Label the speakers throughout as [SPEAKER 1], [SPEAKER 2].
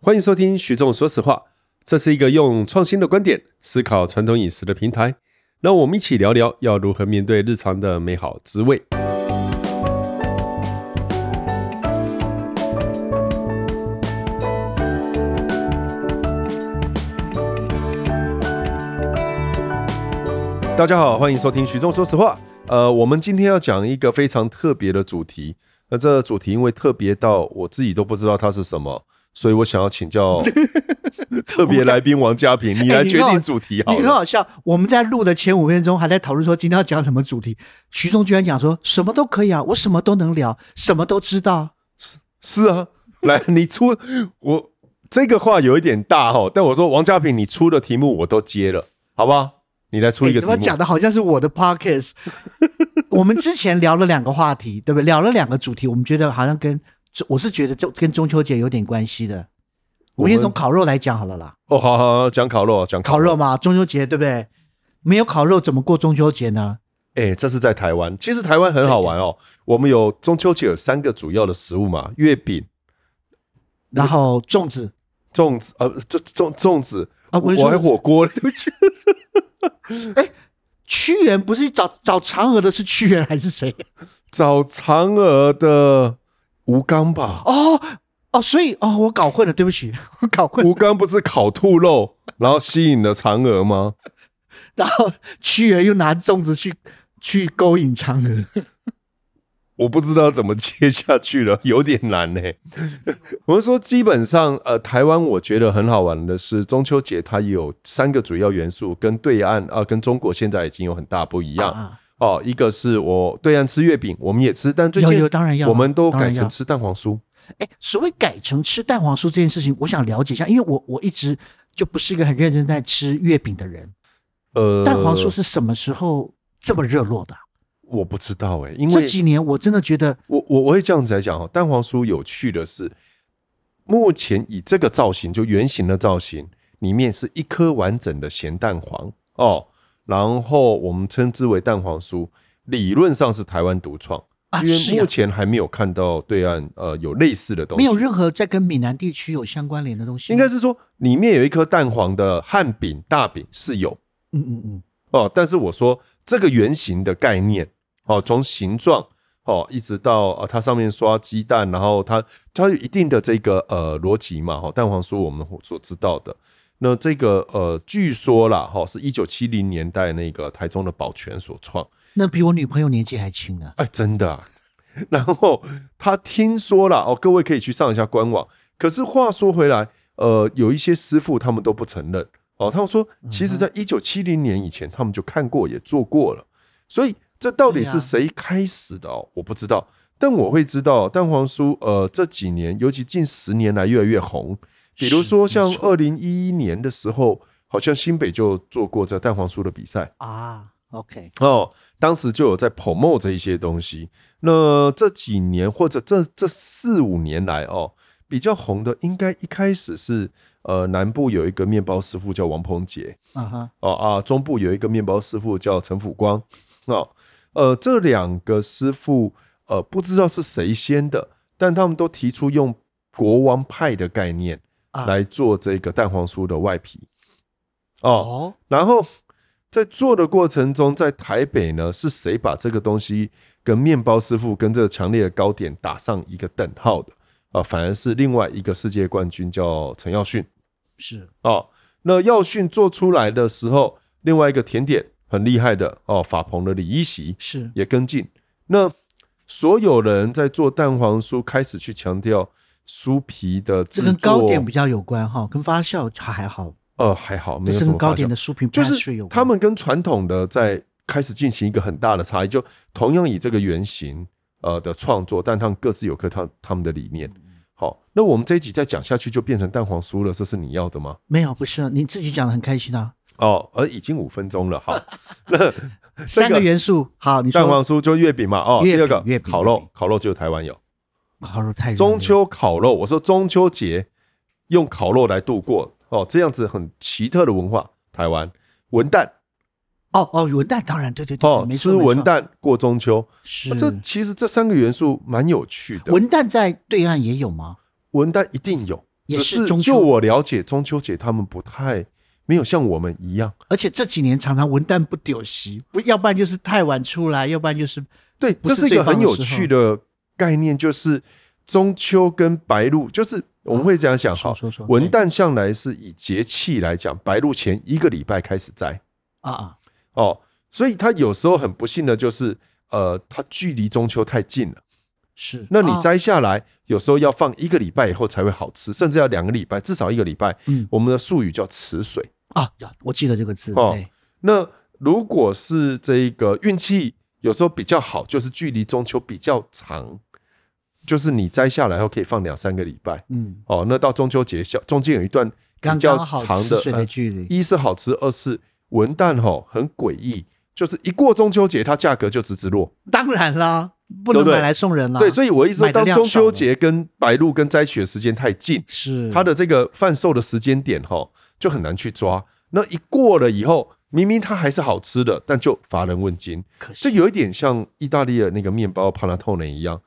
[SPEAKER 1] 欢迎收听徐总说实话，这是一个用创新的观点思考传统饮食的平台。让我们一起聊聊要如何面对日常的美好滋味。大家好，欢迎收听徐总说实话。呃，我们今天要讲一个非常特别的主题。那这主题因为特别到我自己都不知道它是什么，所以我想要请教特别来宾王家平，你
[SPEAKER 2] 哎
[SPEAKER 1] 来
[SPEAKER 2] 你
[SPEAKER 1] 决
[SPEAKER 2] 很好
[SPEAKER 1] 定主题好
[SPEAKER 2] 你
[SPEAKER 1] 了。
[SPEAKER 2] 很好笑。我们在录的前五分钟还在讨论说今天要讲什么主题，徐总居然讲说什么都可以啊，我什么都能聊，什么都知道。
[SPEAKER 1] 是啊，来，你出我这个话有一点大哦，但我说王家平，你出的题目我都接了，好不好？你来出一
[SPEAKER 2] 你
[SPEAKER 1] 个
[SPEAKER 2] 他
[SPEAKER 1] 题
[SPEAKER 2] 妈
[SPEAKER 1] 目。
[SPEAKER 2] 哎讲的好像是我的 podcast。我们之前聊了两个话题，对不对？聊了两个主题，我们觉得好像跟我是觉得这跟中秋节有点关系的。我们先从烤肉来讲好了啦，
[SPEAKER 1] 哦，好好好，讲烤肉，讲
[SPEAKER 2] 烤
[SPEAKER 1] 肉。
[SPEAKER 2] 肉嘛，中秋节对不对？没有烤肉怎么过中秋节呢？
[SPEAKER 1] 哎、这是在台湾，其实台湾很好玩哦。我们有中秋节有三个主要的食物嘛，月饼、
[SPEAKER 2] 然后粽子
[SPEAKER 1] 粽子，呃，这粽粽子，
[SPEAKER 2] 啊，我
[SPEAKER 1] 我
[SPEAKER 2] 是
[SPEAKER 1] 还
[SPEAKER 2] 说
[SPEAKER 1] 火 锅嘞。
[SPEAKER 2] 屈原不是找找嫦娥的是屈原还是谁？
[SPEAKER 1] 找嫦娥的吴刚吧，
[SPEAKER 2] 哦哦，所以哦，我搞混了，对不起，我搞混了。
[SPEAKER 1] 吴刚不是烤兔肉，然后吸引了嫦娥吗？
[SPEAKER 2] 然后屈原又拿粽子去去勾引嫦娥，
[SPEAKER 1] 我不知道怎么接下去了，有点难 呢、我是说，基本上，呃，台湾我觉得很好玩的是，中秋节它有三个主要元素，跟对岸啊、跟中国现在已经有很大不一样、
[SPEAKER 2] 啊
[SPEAKER 1] 哦。一个是我对岸吃月饼，我们也吃，但最
[SPEAKER 2] 有
[SPEAKER 1] 近
[SPEAKER 2] 有当然要啊，
[SPEAKER 1] 我们都
[SPEAKER 2] 当
[SPEAKER 1] 改
[SPEAKER 2] 然
[SPEAKER 1] 成
[SPEAKER 2] 要
[SPEAKER 1] 吃蛋黄酥。
[SPEAKER 2] 哎，所谓改成吃蛋黄酥这件事情，我想了解一下，因为我我一直就不是一个很认真在吃月饼的人。
[SPEAKER 1] 呃，
[SPEAKER 2] 蛋黄酥是什么时候这么热络的啊？
[SPEAKER 1] 我不知道哎、因为
[SPEAKER 2] 这几年我真的觉得
[SPEAKER 1] 我我我会这样子来讲哦，蛋黄酥有趣的是，目前以这个造型就圆形的造型，里面是一颗完整的咸蛋黄哦，然后我们称之为蛋黄酥，理论上是台湾独创，
[SPEAKER 2] 啊，
[SPEAKER 1] 因
[SPEAKER 2] 是
[SPEAKER 1] 为
[SPEAKER 2] 呀
[SPEAKER 1] 目前还没有看到对岸呃有类似的东西，
[SPEAKER 2] 没有任何在跟闽南地区有相关联的东西吗。
[SPEAKER 1] 应该是说里面有一颗蛋黄的汉饼大饼是有
[SPEAKER 2] 嗯嗯嗯，
[SPEAKER 1] 哦，但是我说这个圆形的概念哦，从形状哦一直到呃它上面刷鸡蛋，然后它它有一定的这个呃逻辑嘛，哈、蛋黄酥我们所知道的。那这个呃，据说啦，哈、是一九七零年代那个台中的保全所创，
[SPEAKER 2] 那比我女朋友年纪还轻呢。
[SPEAKER 1] 哎，真的、啊。 然后他听说了哦，各位可以去上一下官网。可是话说回来，呃，有一些师傅他们都不承认哦，他们说，
[SPEAKER 2] 嗯
[SPEAKER 1] 其实在一九七零年以前，他们就看过也做过了，所以这到底
[SPEAKER 2] 对
[SPEAKER 1] 是
[SPEAKER 2] 啊
[SPEAKER 1] 谁开始的哦，我不知道。但我会知道蛋黄酥，呃，这几年，尤其近十年来越来越红。比如说
[SPEAKER 2] 是
[SPEAKER 1] 像
[SPEAKER 2] 没错
[SPEAKER 1] 二零一一年的时候，好像新北就做过这蛋黄酥的比赛。
[SPEAKER 2] 啊，OK，
[SPEAKER 1] 哦，当时就有在 promote 这一些东西。那这几年或者这这四五年来哦，比较红的应该一开始是呃南部有一个面包师傅叫王鹏杰
[SPEAKER 2] 啊哈，
[SPEAKER 1] 哦啊，中部有一个面包师傅叫陈辅光哦，呃这两个师傅呃不知道是谁先的，但他们都提出用国王派的概念
[SPEAKER 2] 啊
[SPEAKER 1] 来做这个蛋黄酥的外皮哦
[SPEAKER 2] 哦，
[SPEAKER 1] 然后在做的过程中，在台北呢，是谁把这个东西跟面包师傅跟这个强烈的糕点打上一个等号的啊、反而是另外一个世界冠军叫陈耀迅
[SPEAKER 2] 是
[SPEAKER 1] 哦。那耀迅做出来的时候，另外一个甜点很厉害的哦，法鹏的李一席
[SPEAKER 2] 是，
[SPEAKER 1] 也跟进。那所有人在做蛋黄酥，开始去强调酥皮的制
[SPEAKER 2] 这
[SPEAKER 1] 作，
[SPEAKER 2] 跟糕点比较有关哈，跟发酵还好，
[SPEAKER 1] 呃还好，没
[SPEAKER 2] 就
[SPEAKER 1] 有
[SPEAKER 2] 是
[SPEAKER 1] 什么
[SPEAKER 2] 跟糕
[SPEAKER 1] 发酵
[SPEAKER 2] 点的酥皮
[SPEAKER 1] 就
[SPEAKER 2] pastry
[SPEAKER 1] 是
[SPEAKER 2] 有关
[SPEAKER 1] 他们跟传统的在开始进行一个很大的差异，就同样以这个原型呃的创作，但他们各自有各他他们的理念。好，那我们这一集再讲下去就变成蛋黄酥了，这是你要的吗？
[SPEAKER 2] 没有不是啊，你自己讲的很开心啊。
[SPEAKER 1] 哦，而已经五分钟了， 好，
[SPEAKER 2] 三个元素，好，你
[SPEAKER 1] 蛋黄
[SPEAKER 2] 说
[SPEAKER 1] 酥就月饼嘛，哦，
[SPEAKER 2] 月
[SPEAKER 1] 第
[SPEAKER 2] 饼
[SPEAKER 1] 二个
[SPEAKER 2] 月饼
[SPEAKER 1] 烤
[SPEAKER 2] 月
[SPEAKER 1] 肉
[SPEAKER 2] 饼，
[SPEAKER 1] 烤肉只有台湾有，
[SPEAKER 2] 烤肉太热
[SPEAKER 1] 中
[SPEAKER 2] 了
[SPEAKER 1] 秋烤肉，我说中秋节用烤肉来度过，哦，这样子很奇特的文化，台湾文旦
[SPEAKER 2] 哦哦文旦当然对对对，
[SPEAKER 1] 哦，
[SPEAKER 2] 没错
[SPEAKER 1] 吃
[SPEAKER 2] 没错
[SPEAKER 1] 文旦过中秋，
[SPEAKER 2] 是
[SPEAKER 1] 哦这其实这三个元素蛮有趣的，
[SPEAKER 2] 文旦在对岸也有吗？
[SPEAKER 1] 文旦一定有，
[SPEAKER 2] 也
[SPEAKER 1] 只
[SPEAKER 2] 中
[SPEAKER 1] 就
[SPEAKER 2] 秋，
[SPEAKER 1] 我了解，中秋节他们不太没有像我们一样，
[SPEAKER 2] 而且这几年常常文旦不丢席，不要不然就是太晚出来，要不然就是
[SPEAKER 1] 对，
[SPEAKER 2] 不
[SPEAKER 1] 这
[SPEAKER 2] 是
[SPEAKER 1] 是一
[SPEAKER 2] 最
[SPEAKER 1] 个
[SPEAKER 2] 棒
[SPEAKER 1] 很
[SPEAKER 2] 的
[SPEAKER 1] 有
[SPEAKER 2] 时
[SPEAKER 1] 趣的概念，就是中秋跟白露，就是我们会这样想
[SPEAKER 2] 说
[SPEAKER 1] 哈。
[SPEAKER 2] 啊说说
[SPEAKER 1] 文
[SPEAKER 2] 对
[SPEAKER 1] 旦向来是以节气来讲，白露前一个礼拜开始摘
[SPEAKER 2] 啊啊，
[SPEAKER 1] 哦，所以它有时候很不幸的就是，呃，它距离中秋太近了。
[SPEAKER 2] 是。
[SPEAKER 1] 那你
[SPEAKER 2] 啊
[SPEAKER 1] 摘下来，有时候要放一个礼拜以后才会好吃，甚至要两个礼拜，至少一个礼拜。
[SPEAKER 2] 嗯
[SPEAKER 1] 我们的术语叫持水。
[SPEAKER 2] 啊，呀我记得这个字，
[SPEAKER 1] 哦
[SPEAKER 2] 对，
[SPEAKER 1] 那如果是这个运气有时候比较好，就是距离中秋比较长，就是你摘下来后可以放两三个礼拜
[SPEAKER 2] 嗯，
[SPEAKER 1] 哦。那到中秋节小中间有一段比
[SPEAKER 2] 刚
[SPEAKER 1] 较
[SPEAKER 2] 刚好
[SPEAKER 1] 长
[SPEAKER 2] 吃
[SPEAKER 1] 的，
[SPEAKER 2] 水
[SPEAKER 1] 呃
[SPEAKER 2] 的距离，
[SPEAKER 1] 一是好吃，二是文旦吼很诡异，就是一过中秋节它价格就直直落。
[SPEAKER 2] 当然啦，不
[SPEAKER 1] 对
[SPEAKER 2] 能
[SPEAKER 1] 不对
[SPEAKER 2] 买来送人啦。
[SPEAKER 1] 对，所以我一说，
[SPEAKER 2] 买的
[SPEAKER 1] 当
[SPEAKER 2] 量
[SPEAKER 1] 中
[SPEAKER 2] 少
[SPEAKER 1] 秋
[SPEAKER 2] 了
[SPEAKER 1] 节跟白露跟摘取的时间太近，
[SPEAKER 2] 是
[SPEAKER 1] 它的这个贩售的时间点哈，就很难去抓。那一过了以后，明明它还是好吃的，但就乏人问津。
[SPEAKER 2] 可惜
[SPEAKER 1] 这有一点像意大利的那个面包帕拉透内一样，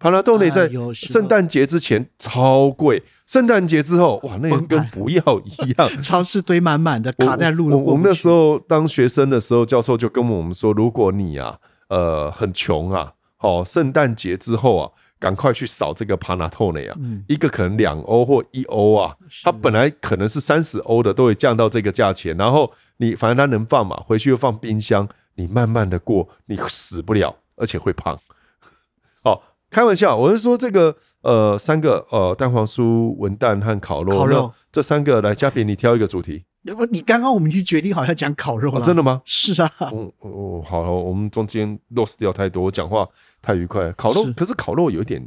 [SPEAKER 1] 帕拉透内
[SPEAKER 2] 哎
[SPEAKER 1] 在
[SPEAKER 2] 有时候
[SPEAKER 1] 圣诞节之前超贵，圣诞节之后哇，那个跟不要一样。
[SPEAKER 2] 超市堆满满的，
[SPEAKER 1] 我
[SPEAKER 2] 卡在路
[SPEAKER 1] 我
[SPEAKER 2] 了。
[SPEAKER 1] 我们那时
[SPEAKER 2] 候
[SPEAKER 1] 候当学生的时候，教授就跟我们说，如果你啊，呃，很穷啊，哦，圣诞节之后啊，赶快去扫这个帕纳透内啊，
[SPEAKER 2] 嗯
[SPEAKER 1] 一个可能两欧或一欧啊，它本来可能是三十欧的，都会降到这个价钱。然后你反正它能放嘛，回去又放冰箱，你慢慢的过，你死不了，而且会胖。 哦，开玩笑，我是说这个呃，三个呃，蛋黄酥、文旦和烤肉，
[SPEAKER 2] 烤肉
[SPEAKER 1] 那这三个来，嘉平，你挑一个主题。
[SPEAKER 2] 不，你刚刚我们已经决定好要讲烤肉
[SPEAKER 1] 哦，
[SPEAKER 2] 了，
[SPEAKER 1] 真的吗？
[SPEAKER 2] 是啊，
[SPEAKER 1] 嗯，哦，好了，我们中间 lost 掉太多，我讲话太愉快了。烤肉
[SPEAKER 2] 是，
[SPEAKER 1] 可是烤肉有一点，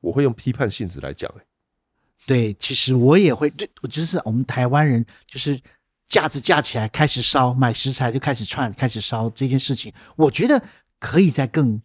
[SPEAKER 1] 我会用批判性质来讲、欸。
[SPEAKER 2] 对，其实我也会，这我就是我们台湾人，就是架子架起来开始烧，买食材就开始串，开始烧这件事情，我觉得可以再更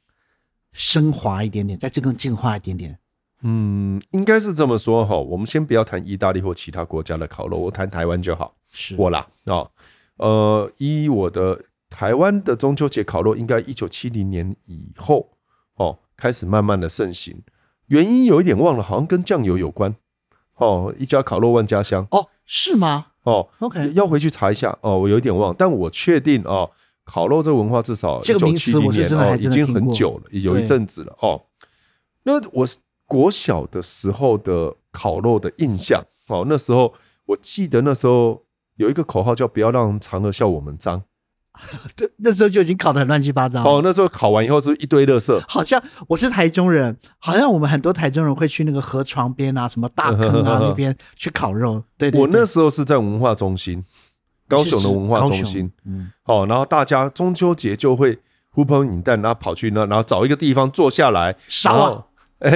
[SPEAKER 2] 升华一点点，再更进化一点点。
[SPEAKER 1] 嗯，应该是这么说哈。我们先不要谈意大利或其他国家的烤肉，我谈台湾就好。
[SPEAKER 2] 是
[SPEAKER 1] 我啦，哦，呃，依我的台湾的中秋节烤肉，应该一九七零年以后哦开始慢慢的盛行。原因有一点忘了，好像跟酱油有关。哦，一家烤肉万家香。
[SPEAKER 2] 哦，是吗
[SPEAKER 1] 哦，
[SPEAKER 2] ？OK，
[SPEAKER 1] 要回去查一下哦，我有一点忘，但我确定哦，烤肉这个文化至少
[SPEAKER 2] 这个名词
[SPEAKER 1] 1970
[SPEAKER 2] 我是
[SPEAKER 1] 年
[SPEAKER 2] 真的
[SPEAKER 1] 哦，
[SPEAKER 2] 还
[SPEAKER 1] 已
[SPEAKER 2] 真的
[SPEAKER 1] 经
[SPEAKER 2] 听
[SPEAKER 1] 很
[SPEAKER 2] 过
[SPEAKER 1] 久了，有一
[SPEAKER 2] 对
[SPEAKER 1] 阵子了哦。那我是国小的时候的烤肉的印象哦，那时候我记得那时候有一个口号叫“不要让嫦娥笑我们脏
[SPEAKER 2] 对，那时候就已经烤得很乱七八”糟。
[SPEAKER 1] 哦，那时候烤完以后是一堆垃圾，
[SPEAKER 2] 好像我是台中人，好像我们很多台中人会去那个河床边啊、什么大坑啊那边去烤肉。对对对，
[SPEAKER 1] 我那时候是在文化中心，高雄的文化中心，
[SPEAKER 2] 是，是高雄嗯，
[SPEAKER 1] 哦，然后大家中秋节就会呼朋引伴，然后跑去那，然后找一个地方坐下来
[SPEAKER 2] 烧啊
[SPEAKER 1] 然后哎、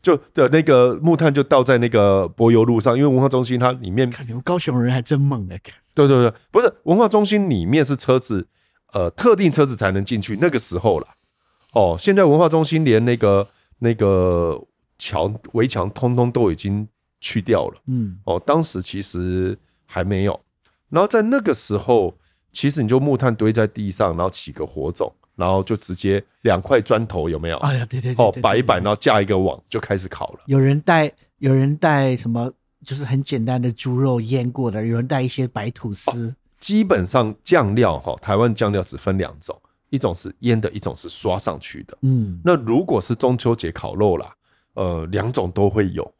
[SPEAKER 1] 就的那个木炭就倒在那个柏油路上，因为文化中心它里面，
[SPEAKER 2] 看你们高雄人还真猛哎、
[SPEAKER 1] 对对对，不是文化中心里面是车子，呃，特定车子才能进去，那个时候啦。哦，现在文化中心连那个那个墙围墙通通都已经去掉了。
[SPEAKER 2] 嗯，
[SPEAKER 1] 哦，当时其实还没有。然后在那个时候，其实你就木炭堆在地上，然后起个火种，然后就直接两块砖头有没有？
[SPEAKER 2] 哎呀，对对对
[SPEAKER 1] 哦，
[SPEAKER 2] 对
[SPEAKER 1] 摆一
[SPEAKER 2] 对
[SPEAKER 1] 摆，然后架一个网就开始烤了。
[SPEAKER 2] 有人带有人带什么，就是很简单的猪肉腌过的，有人带一些白吐
[SPEAKER 1] 哦
[SPEAKER 2] 司，
[SPEAKER 1] 基本上酱料哈，台湾酱料只分两种，一种是腌的，一种是刷上去的。
[SPEAKER 2] 嗯，
[SPEAKER 1] 那如果是中秋节烤肉啦，呃，两种都会有。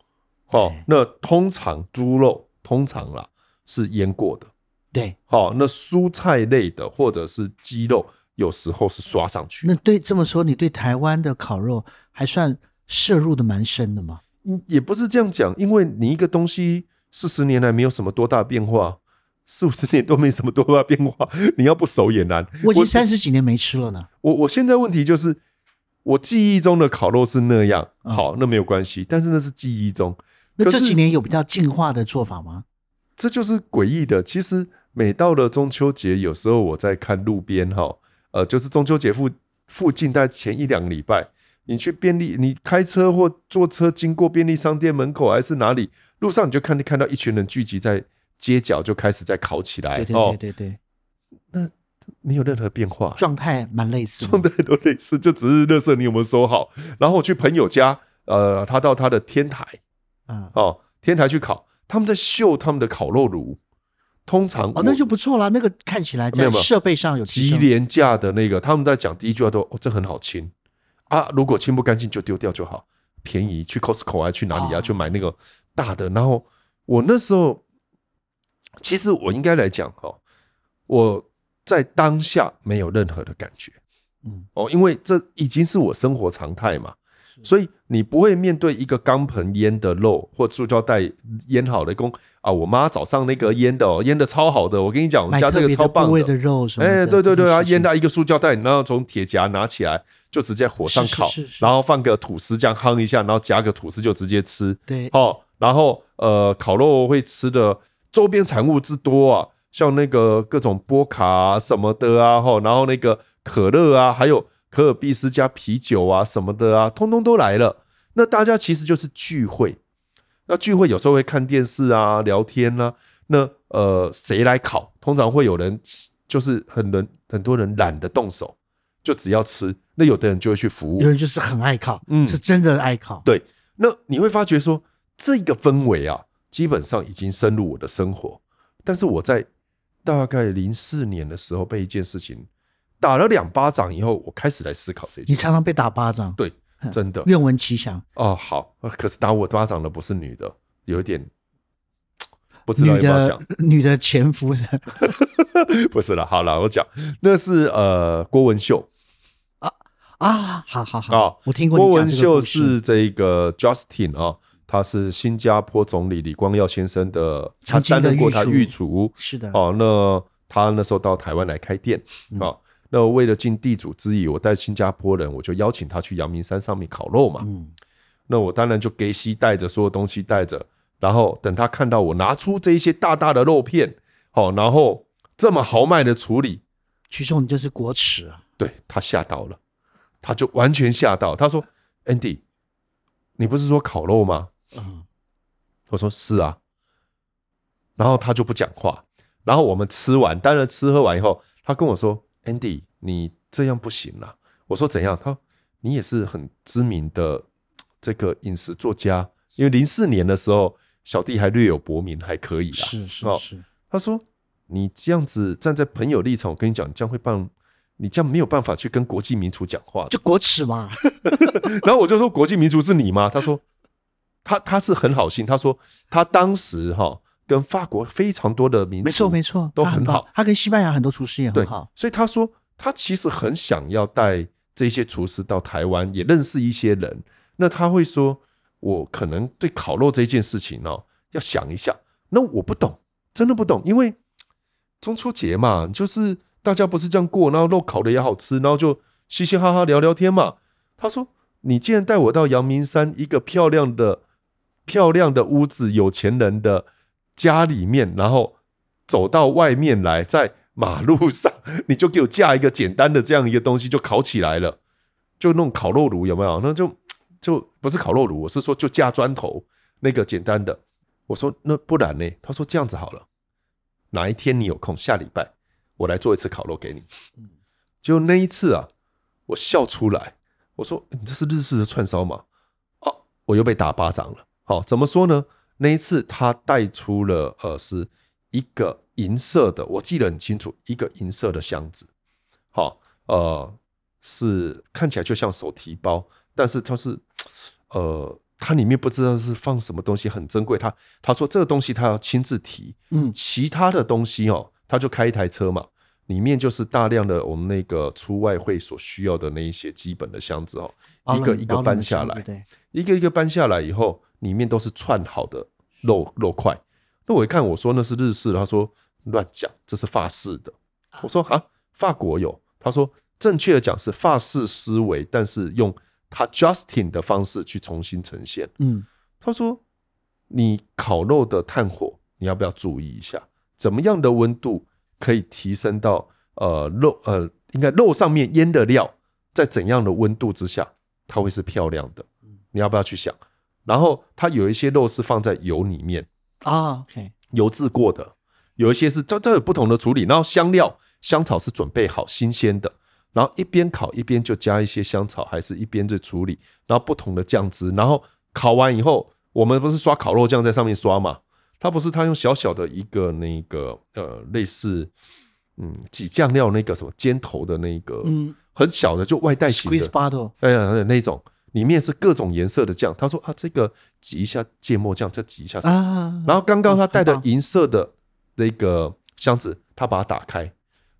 [SPEAKER 1] 哦
[SPEAKER 2] 对，
[SPEAKER 1] 那通常猪肉通常啦是腌过的，
[SPEAKER 2] 对，
[SPEAKER 1] 好、那蔬菜类的或者是鸡肉，有时候是刷上去
[SPEAKER 2] 那，对这么说，你对台湾的烤肉还算摄入的蛮深的嘛？
[SPEAKER 1] 嗯也不是这样讲，因为你一个东西四十年来没有什么多大变化，四五十年都没什么多大变化，你要不熟也难。
[SPEAKER 2] 我已经三十几年没吃了呢，
[SPEAKER 1] 我我现在问题就是，我记忆中的烤肉是那样，
[SPEAKER 2] 嗯
[SPEAKER 1] 好，那没有关系，但是那是记忆中，
[SPEAKER 2] 那
[SPEAKER 1] 可
[SPEAKER 2] 这
[SPEAKER 1] 是
[SPEAKER 2] 几年有比较进化的做法吗？
[SPEAKER 1] 这就是诡异的。其实每到了中秋节，有时候我在看路边哈，呃，就是中秋节附附近，在前一两个礼拜，你去便利，你开车或坐车经过便利商店门口还是哪里，路上你就看看到一群人聚集在街角，就开始在烤起来，
[SPEAKER 2] 对对
[SPEAKER 1] 哦
[SPEAKER 2] 对，对对，
[SPEAKER 1] 没有任何变化，
[SPEAKER 2] 状态蛮类 似
[SPEAKER 1] 状
[SPEAKER 2] 的。
[SPEAKER 1] 态都类似，就只是垃圾你有没有收好。然后我去朋友家，呃，他到他的天台
[SPEAKER 2] 嗯，
[SPEAKER 1] 哦，天台去烤，他们在秀他们的烤肉炉。通常
[SPEAKER 2] 哦
[SPEAKER 1] 我，
[SPEAKER 2] 那就不错啦。那个看起来
[SPEAKER 1] 没有
[SPEAKER 2] 在
[SPEAKER 1] 没有
[SPEAKER 2] 设备上有提
[SPEAKER 1] 极
[SPEAKER 2] 升，
[SPEAKER 1] 廉价的那个，他们在讲第一句话都哦，这很好清啊，如果清不干净就丢掉就好，便宜去 Costco 啊，去哪里啊，
[SPEAKER 2] 哦
[SPEAKER 1] 去买那个大的。然后我那时候，其实我应该来讲哦，我在当下没有任何的感觉，
[SPEAKER 2] 嗯，
[SPEAKER 1] 哦，因为这已经是我生活常态嘛，所以你不会面对一个钢盆腌的肉或塑胶袋腌好的工啊，我妈早上那个腌的、哦、腌的超好的，我跟你讲，我们
[SPEAKER 2] 买
[SPEAKER 1] 家
[SPEAKER 2] 特
[SPEAKER 1] 这个
[SPEAKER 2] 别
[SPEAKER 1] 超
[SPEAKER 2] 的
[SPEAKER 1] 棒
[SPEAKER 2] 部位的肉什么的，
[SPEAKER 1] 哎，对对
[SPEAKER 2] 这
[SPEAKER 1] 对
[SPEAKER 2] 些
[SPEAKER 1] 啊，
[SPEAKER 2] 事情
[SPEAKER 1] 腌到一个塑胶袋，然后从铁夹拿起来，就直接火上
[SPEAKER 2] 是是
[SPEAKER 1] 烤
[SPEAKER 2] 是，是
[SPEAKER 1] 然后放个吐司这样夯一下，然后夹个吐司就直接吃
[SPEAKER 2] 对
[SPEAKER 1] 哦。然后呃，烤肉会吃的周边产物之多啊，像那个各种波卡啊什么的啊，吼，然后那个可乐啊，还有可尔必斯加啤酒啊什么的啊，通通都来了。那大家其实就是聚会，那聚会有时候会看电视啊、聊天啊。那呃，谁来烤？通常会有人就是很人很多人懒得动手，就只要吃。那有的人就会去服务
[SPEAKER 2] 有。人就是很爱烤，
[SPEAKER 1] 嗯
[SPEAKER 2] 是真的爱烤，
[SPEAKER 1] 对，那你会发觉说，这个氛围啊，基本上已经深入我的生活。但是我在大概零四年的时候被一件事情打了两巴掌以后，我开始来思考这
[SPEAKER 2] 你
[SPEAKER 1] 件事
[SPEAKER 2] 常。嗯常被打巴掌，
[SPEAKER 1] 对，真的
[SPEAKER 2] 愿闻其详。
[SPEAKER 1] 哦，好。可是打我巴掌的不是女的，有一点不知道要
[SPEAKER 2] 女
[SPEAKER 1] 不要
[SPEAKER 2] 的
[SPEAKER 1] 讲。
[SPEAKER 2] 女的前夫的
[SPEAKER 1] 不是了，好了，我讲那是呃郭文秀
[SPEAKER 2] 啊，好好
[SPEAKER 1] 啊、
[SPEAKER 2] 好，我听过
[SPEAKER 1] 郭
[SPEAKER 2] 你讲
[SPEAKER 1] 文
[SPEAKER 2] 这个
[SPEAKER 1] 秀
[SPEAKER 2] 故事，
[SPEAKER 1] 是这个 Justin 啊、他是新加坡总理李光耀先生的，他
[SPEAKER 2] 曾经
[SPEAKER 1] 担
[SPEAKER 2] 的
[SPEAKER 1] 任过他
[SPEAKER 2] 御
[SPEAKER 1] 御厨
[SPEAKER 2] 是的，
[SPEAKER 1] 哦。那他那时候到台湾来开店
[SPEAKER 2] 嗯
[SPEAKER 1] 哦。那为了尽地主之谊，我带新加坡人，我就邀请他去阳明山上面烤肉嘛。
[SPEAKER 2] 嗯，
[SPEAKER 1] 那我当然就给西带着所有东西带着，然后等他看到我拿出这一些大大的肉片，好、然后这么豪迈的处理，
[SPEAKER 2] 徐仲你这是国耻啊，
[SPEAKER 1] 对他吓到了，他就完全吓到。他说：“Andy，你不是说烤肉吗
[SPEAKER 2] 嗯，？”
[SPEAKER 1] 我说：“是啊。”然后他就不讲话。然后我们吃完，当然吃喝完以后，他跟我说：“Andy，你这样不行啦。”我说：“怎样？”他说：“你也是很知名的这个饮食作家，因为零四年的时候，小弟还略有薄名，还可以啦。”
[SPEAKER 2] 是是
[SPEAKER 1] 哦
[SPEAKER 2] 是，
[SPEAKER 1] 他说：“你这样子站在朋友立场，我跟你讲，你这样会办，你这样没有办法去跟国际民族讲话。
[SPEAKER 2] 就国 耻嘛，”
[SPEAKER 1] 然后我就说：“国际民族是你吗？”他说：“他他是很好心。”他说：“他当时哈跟法国非常多的民族，
[SPEAKER 2] 没错没错，
[SPEAKER 1] 都
[SPEAKER 2] 他
[SPEAKER 1] 很
[SPEAKER 2] 很棒
[SPEAKER 1] 好，
[SPEAKER 2] 他跟西班牙很多厨师也
[SPEAKER 1] 对
[SPEAKER 2] 很好，，
[SPEAKER 1] 所以他说他其实很想要带这些厨师到台湾，也认识一些人。那他会说，我可能对烤肉这件事情哦，要想一下。那我不懂，真的不懂，因为中秋节嘛，就是大家不是这样过，然后肉烤的也好吃，然后就嘻嘻哈哈聊聊天嘛。他说，你既然带我到阳明山一个漂亮的、漂亮的屋子，有钱人的家里面，然后走到外面来，在马路上，你就给我架一个简单的这样一个东西，就烤起来了，就那种烤肉炉有没有？那就就不是烤肉炉，我是说就架砖头那个简单的。我说那不然呢？他说这样子好了，哪一天你有空，下礼拜我来做一次烤肉给你。就那一次啊，我笑出来，我说欸你这是日式的串烧吗？哦，我又被打巴掌了。好、怎么说呢？那一次他带出了呃，是一个银色的，我记得很清楚，一个银色的箱子。好、呃，是看起来就像手提包，但是它是呃，它里面不知道是放什么东西，很珍贵。他他说这个东西他要亲自提，
[SPEAKER 2] 嗯，
[SPEAKER 1] 其他的东西哦，他就开一台车嘛，里面就是大量的我们那个出外汇所需要的那一些基本的箱子哦，
[SPEAKER 2] 包
[SPEAKER 1] 一
[SPEAKER 2] 了
[SPEAKER 1] 个
[SPEAKER 2] 你
[SPEAKER 1] 一个
[SPEAKER 2] 包了
[SPEAKER 1] 搬
[SPEAKER 2] 你的
[SPEAKER 1] 下
[SPEAKER 2] 箱子
[SPEAKER 1] 来，
[SPEAKER 2] 对，
[SPEAKER 1] 一个一个搬下来以后，里面都是串好的肉肉块。那我一看，我说那是日式的，他说乱讲，这是法式的。我说啊，法国有。他说正确的讲是法式思维，但是用他 Justin 的方式去重新呈现。
[SPEAKER 2] 嗯，
[SPEAKER 1] 他说：“你烤肉的炭火，你要不要注意一下？怎么样的温度可以提升到呃肉呃，应该肉上面腌的料，在怎样的温度之下，它会是漂亮的？你要不要去想？然后它有一些肉是放在油里面
[SPEAKER 2] 啊，OK，
[SPEAKER 1] 油制过的，有一些是这这有不同的处理。然后香料香草是准备好新鲜的，然后一边烤一边就加一些香草，还是一边就处理，然后不同的酱汁，然后烤完以后，我们不是刷烤肉酱在上面刷嘛？它不是它用小小的一个那个呃类似嗯挤酱料那个什么尖头的那个，
[SPEAKER 2] 嗯
[SPEAKER 1] 很小的就外带型
[SPEAKER 2] ，squeeze
[SPEAKER 1] 的，
[SPEAKER 2] bottle，
[SPEAKER 1] 哎呀那种，里面是各种颜色的酱。他说啊，这个挤一下芥末酱，再挤一下 什么
[SPEAKER 2] 啊，
[SPEAKER 1] 然后刚刚他带
[SPEAKER 2] 嗯
[SPEAKER 1] 的
[SPEAKER 2] 很
[SPEAKER 1] 银色的那个箱子，他把它打开，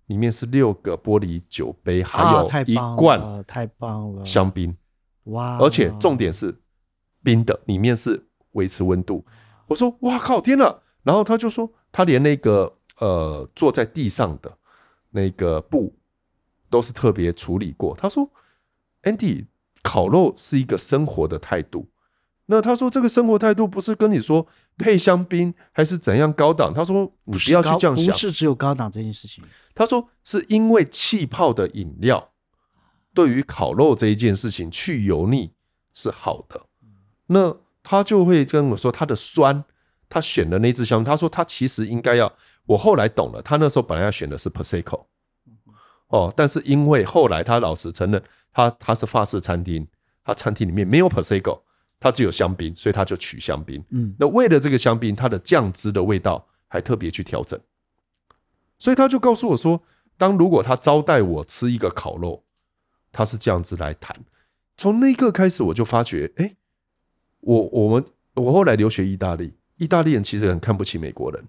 [SPEAKER 1] 里面是六个玻璃酒杯，还
[SPEAKER 2] 啊
[SPEAKER 1] 有
[SPEAKER 2] 太
[SPEAKER 1] 一
[SPEAKER 2] 棒
[SPEAKER 1] 罐
[SPEAKER 2] 了太棒了，
[SPEAKER 1] 香槟，
[SPEAKER 2] 哇，
[SPEAKER 1] 而且重点是冰的，里面是维持温度。我说哇靠，天哪！然后他就说，他连那个呃坐在地上的那个布都是特别处理过。他说，Andy，烤肉是一个生活的态度。那他说这个生活态度不是跟你说配香槟还是怎样高档，他说你不要去
[SPEAKER 2] 高
[SPEAKER 1] 这样想
[SPEAKER 2] 不，是只有高档这件事情，
[SPEAKER 1] 他说是因为气泡的饮料对于烤肉这一件事情去油腻是好的，那他就会跟我说他的酸，他选的那支香槟，他说他其实应该要，我后来懂了，他那时候本来要选的是 Prosecco，哦，但是因为后来他老实承认，他他是法式餐厅，他餐厅里面没有 Prosecco，他只有香槟，所以他就取香槟。
[SPEAKER 2] 嗯，
[SPEAKER 1] 那为了这个香槟，它的酱汁的味道还特别去调整。所以他就告诉我说，当如果他招待我吃一个烤肉，他是这样子来谈。从那一刻开始，我就发觉，哎、我我们我后来留学意大利，意大利人其实很看不起美国人，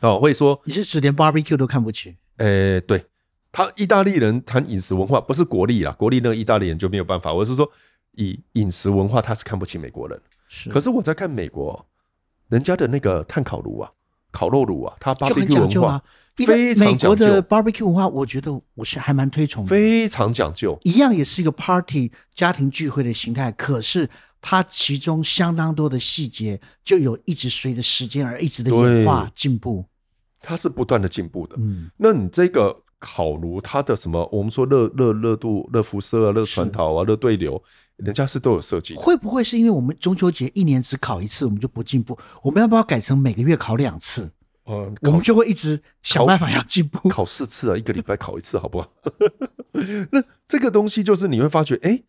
[SPEAKER 1] 哦，会说
[SPEAKER 2] 你是指连 barbecue 都看不起，
[SPEAKER 1] 诶，对他，意大利人谈饮食文化不是国力啦，国力那个意大利人就没有办法。我是说，以饮食文化，他是看不起美国人。
[SPEAKER 2] 是，
[SPEAKER 1] 可是我在看美国，人家的那个炭烤炉啊、烤肉炉啊，它
[SPEAKER 2] 就很
[SPEAKER 1] barbecue
[SPEAKER 2] 讲究
[SPEAKER 1] 文
[SPEAKER 2] 啊
[SPEAKER 1] 化，
[SPEAKER 2] 因
[SPEAKER 1] 非
[SPEAKER 2] 为
[SPEAKER 1] 常
[SPEAKER 2] 美国的
[SPEAKER 1] 讲
[SPEAKER 2] barbecue 文化，我觉得我是还蛮推崇的，
[SPEAKER 1] 非常讲究。
[SPEAKER 2] 一样也是一个 party 家庭聚会的形态，可是它其中相当多的细节就有一直随着时间而一直的演化进步，
[SPEAKER 1] 它是不断的进步的。
[SPEAKER 2] 嗯，
[SPEAKER 1] 那你这个烤炉，它的什么？我们说热热热度、热辐射啊、热传导啊、热对流，人家是都有设计的。
[SPEAKER 2] 会不会是因为我们中秋节一年只烤一次，我们就不进步？我们要不要改成每个月烤两次？
[SPEAKER 1] 嗯，
[SPEAKER 2] 我们就会一直想
[SPEAKER 1] 烤
[SPEAKER 2] 办法要进步。
[SPEAKER 1] 考四次啊，一个礼拜考一次，好不好？ 那这个东西就是你会发觉，哎、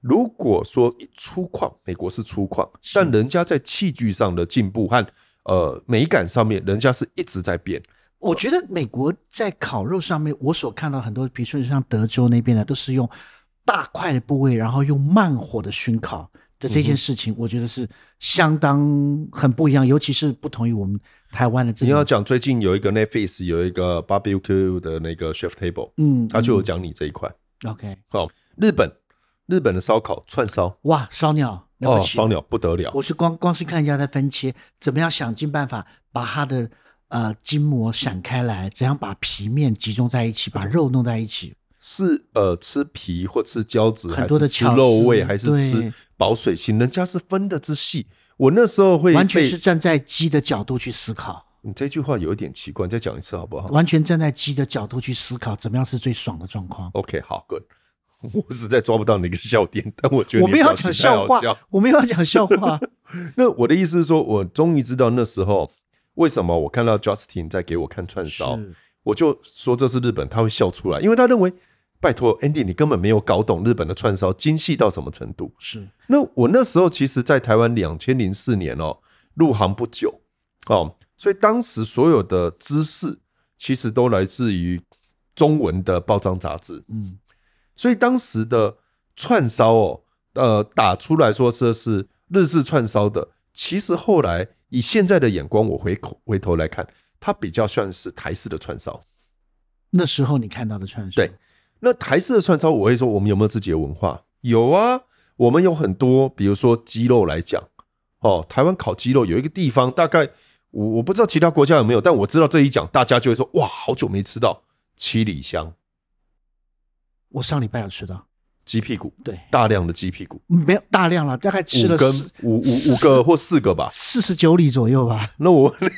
[SPEAKER 1] 如果说一粗犷，美国是粗犷，
[SPEAKER 2] 是
[SPEAKER 1] 但人家在器具上的进步和呃美感上面，人家是一直在变。
[SPEAKER 2] 我觉得美国在烤肉上面，我所看到很多，比如说像德州那边的，都是用大块的部位，然后用慢火的熏烤的
[SPEAKER 1] 嗯
[SPEAKER 2] 这件事情，我觉得是相当很不一样，尤其是不同于我们台湾的这
[SPEAKER 1] 你要
[SPEAKER 2] 种。
[SPEAKER 1] 讲最近有一个 Netflix 有一个 Barbecue 的那个 Chef Table，
[SPEAKER 2] 嗯，
[SPEAKER 1] 他啊就有
[SPEAKER 2] 嗯
[SPEAKER 1] 讲你这一块。
[SPEAKER 2] OK，
[SPEAKER 1] 好、日本日本的烧烤串烧
[SPEAKER 2] 哇，烧鸟了
[SPEAKER 1] 哦，
[SPEAKER 2] 不起，
[SPEAKER 1] 烧鸟不得了，
[SPEAKER 2] 我是光光是看人家在分切，怎么样想尽办法把它的呃筋膜闪开来，怎样把皮面集中在一起，把肉弄在一起，
[SPEAKER 1] 是呃吃皮或吃胶质，
[SPEAKER 2] 很
[SPEAKER 1] 还
[SPEAKER 2] 多的
[SPEAKER 1] 是吃
[SPEAKER 2] 巧
[SPEAKER 1] 肉
[SPEAKER 2] 思
[SPEAKER 1] 味，还是
[SPEAKER 2] 对
[SPEAKER 1] 吃保水性，人家是分的之细。我那时候会
[SPEAKER 2] 完全
[SPEAKER 1] 被
[SPEAKER 2] 是站在鸡的角度去思考。
[SPEAKER 1] 你这句话有一点奇怪，你再讲一次好不好
[SPEAKER 2] 完全站在鸡的角度去思考，怎么样是最爽的状况。
[SPEAKER 1] ？OK，好，Good。我 实在抓不到你的笑点，但我觉得
[SPEAKER 2] 我
[SPEAKER 1] 你的
[SPEAKER 2] 们要
[SPEAKER 1] 表情
[SPEAKER 2] 讲
[SPEAKER 1] 太
[SPEAKER 2] 笑
[SPEAKER 1] 好
[SPEAKER 2] 话
[SPEAKER 1] 笑，
[SPEAKER 2] 我们要讲 笑话。
[SPEAKER 1] 那我的意思是说，我终于知道那时候为什么我看到 Justin 在给我看串烧，
[SPEAKER 2] 是
[SPEAKER 1] 我就说这是日本，他会笑出来，因为他认为拜托 Andy，你根本没有搞懂日本的串烧精细到什么程度。
[SPEAKER 2] 是，
[SPEAKER 1] 那我那时候其实，在台湾两千零四年哦，入行不久哦，所以当时所有的知识其实都来自于中文的报章杂志，
[SPEAKER 2] 嗯，
[SPEAKER 1] 所以当时的串烧哦，呃，打出来说这是日式串烧的，其实后来以现在的眼光，我回口回头来看，它比较算是台式的串烧。
[SPEAKER 2] 那时候你看到的串烧，
[SPEAKER 1] 对那台式的串烧，我会说我们有没有自己的文化？有啊，我们有很多，比如说鸡肉来讲，哦，台湾烤鸡肉有一个地方，大概我我不知道其他国家有没有，但我知道这一讲，大家就会说哇，好久没吃到七里香
[SPEAKER 2] 我上礼拜有吃到，
[SPEAKER 1] 鸡屁股，
[SPEAKER 2] 对，
[SPEAKER 1] 大量的鸡屁股，
[SPEAKER 2] 没有大量了，大概吃
[SPEAKER 1] 五
[SPEAKER 2] 了
[SPEAKER 1] 根
[SPEAKER 2] 四
[SPEAKER 1] 五五
[SPEAKER 2] 四
[SPEAKER 1] 五个或四个吧。
[SPEAKER 2] 四十九里左右吧。
[SPEAKER 1] 那我问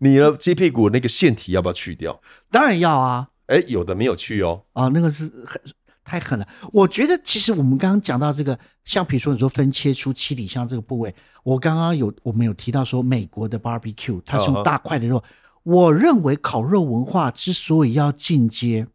[SPEAKER 1] 你， 你的鸡屁股那个腺体要不要去掉？
[SPEAKER 2] 当然要啊，
[SPEAKER 1] 哎，有的没有去哦，
[SPEAKER 2] 啊，那个是很太狠了。我觉得其实我们刚刚讲到这个，像比如说你说分切出七里香这个部位，我刚刚有我们有提到说美国的 barbecue 它是
[SPEAKER 1] 嗯
[SPEAKER 2] 用
[SPEAKER 1] 哼
[SPEAKER 2] 大块的肉。我认为烤肉文化之所以要进阶，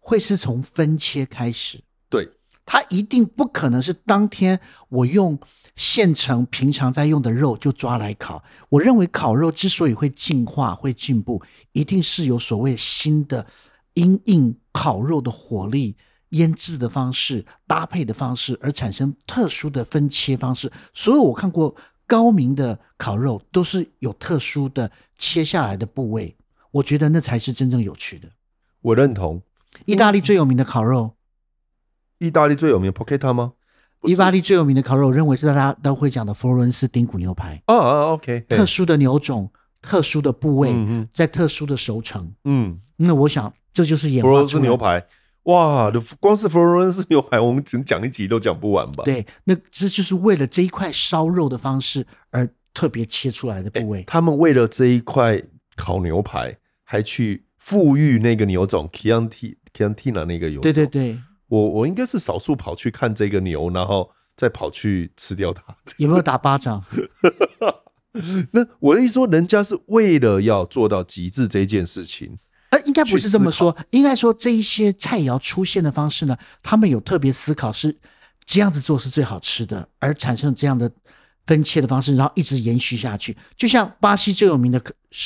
[SPEAKER 2] 会是从分切开始。
[SPEAKER 1] 对，
[SPEAKER 2] 它一定不可能是当天我用现成平常在用的肉就抓来烤。我认为烤肉之所以会进化、会进步，一定是有所谓新的因应烤肉的火力、腌制的方式、搭配的方式而产生特殊的分切方式。所有我看过高明的烤肉，都是有特殊的切下来的部位。我觉得那才是真正有趣的。
[SPEAKER 1] 我认同。
[SPEAKER 2] 意大利最有名的烤肉，
[SPEAKER 1] 意大利最有名 p o c k e t a 吗？不是
[SPEAKER 2] 意大利最有名的烤肉，我认为是大家都会讲的佛罗伦斯丁骨牛排，
[SPEAKER 1] 哦哦，OK，嘿
[SPEAKER 2] 特殊的牛种、特殊的部位，
[SPEAKER 1] 嗯嗯
[SPEAKER 2] 在特殊的熟成。
[SPEAKER 1] 嗯，
[SPEAKER 2] 那我想这就是演
[SPEAKER 1] 佛
[SPEAKER 2] 化
[SPEAKER 1] 罗伦
[SPEAKER 2] 出
[SPEAKER 1] 斯
[SPEAKER 2] 来
[SPEAKER 1] 牛排，哇，光是佛罗伦斯牛排，我们只能讲一集都讲不完吧？，
[SPEAKER 2] 对，那这就是为了这一块烧肉的方式而特别切出来的部位。
[SPEAKER 1] 哎他们为了这一块烤牛排，还去富裕那个牛种 Chianti Chiantina 那个牛种，
[SPEAKER 2] 对对对，
[SPEAKER 1] 我我应该是少数跑去看这个牛，然后再跑去吃掉它。
[SPEAKER 2] 有没有打巴掌？
[SPEAKER 1] 那我的意思说，人家是为了要做到极致这件事情，
[SPEAKER 2] 呃，应该不是这么说，应该说这一些菜肴出现的方式呢，他们有特别思考是这样子做是最好吃的，而产生这样的分切的方式，然后一直延续下去。就像巴西最有名的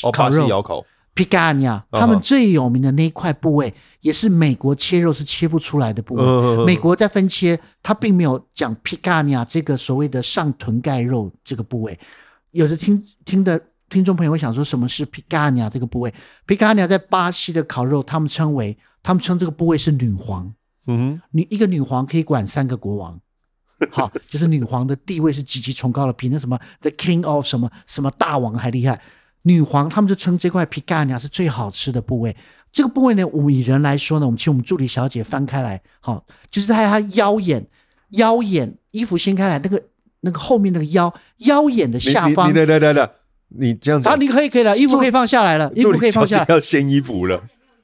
[SPEAKER 1] 哦，
[SPEAKER 2] 烤
[SPEAKER 1] 巴西
[SPEAKER 2] 肉、
[SPEAKER 1] 窑烤，
[SPEAKER 2] 皮卡尼
[SPEAKER 1] 啊
[SPEAKER 2] 亚，他们最有名的那一块部位，也是美国切肉是切不出来的部位。
[SPEAKER 1] 嗯
[SPEAKER 2] 美国在分切，它并没有讲皮卡尼亚这个所谓的上臀盖肉这个部位。有的听听的听众朋友会想说，什么是皮卡尼亚这个部位？皮卡尼亚在巴西的烤肉，他们称为他们称这个部位是女皇，
[SPEAKER 1] 嗯
[SPEAKER 2] 女一个女皇可以管三个国王。好，就是女皇的地位是极其崇高的，比那什么 the king of 什么什么大王还厉害。女皇他们就称这块皮干尼亚是最好吃的部位。这个部位呢，我们以人来说呢，我们请我们助理小姐翻开来，好，就是在她腰眼、腰眼衣服掀开来，那个那个后面那个腰腰眼的
[SPEAKER 1] 哼，
[SPEAKER 2] 下
[SPEAKER 1] 你
[SPEAKER 2] 方
[SPEAKER 1] 你，你来来来，你这样子
[SPEAKER 2] 啊，，你可以可以了，衣服可以放下来了，衣
[SPEAKER 1] 助
[SPEAKER 2] 服可
[SPEAKER 1] 理
[SPEAKER 2] 以
[SPEAKER 1] 小
[SPEAKER 2] 放下
[SPEAKER 1] 姐
[SPEAKER 2] 来。
[SPEAKER 1] 要掀衣服了，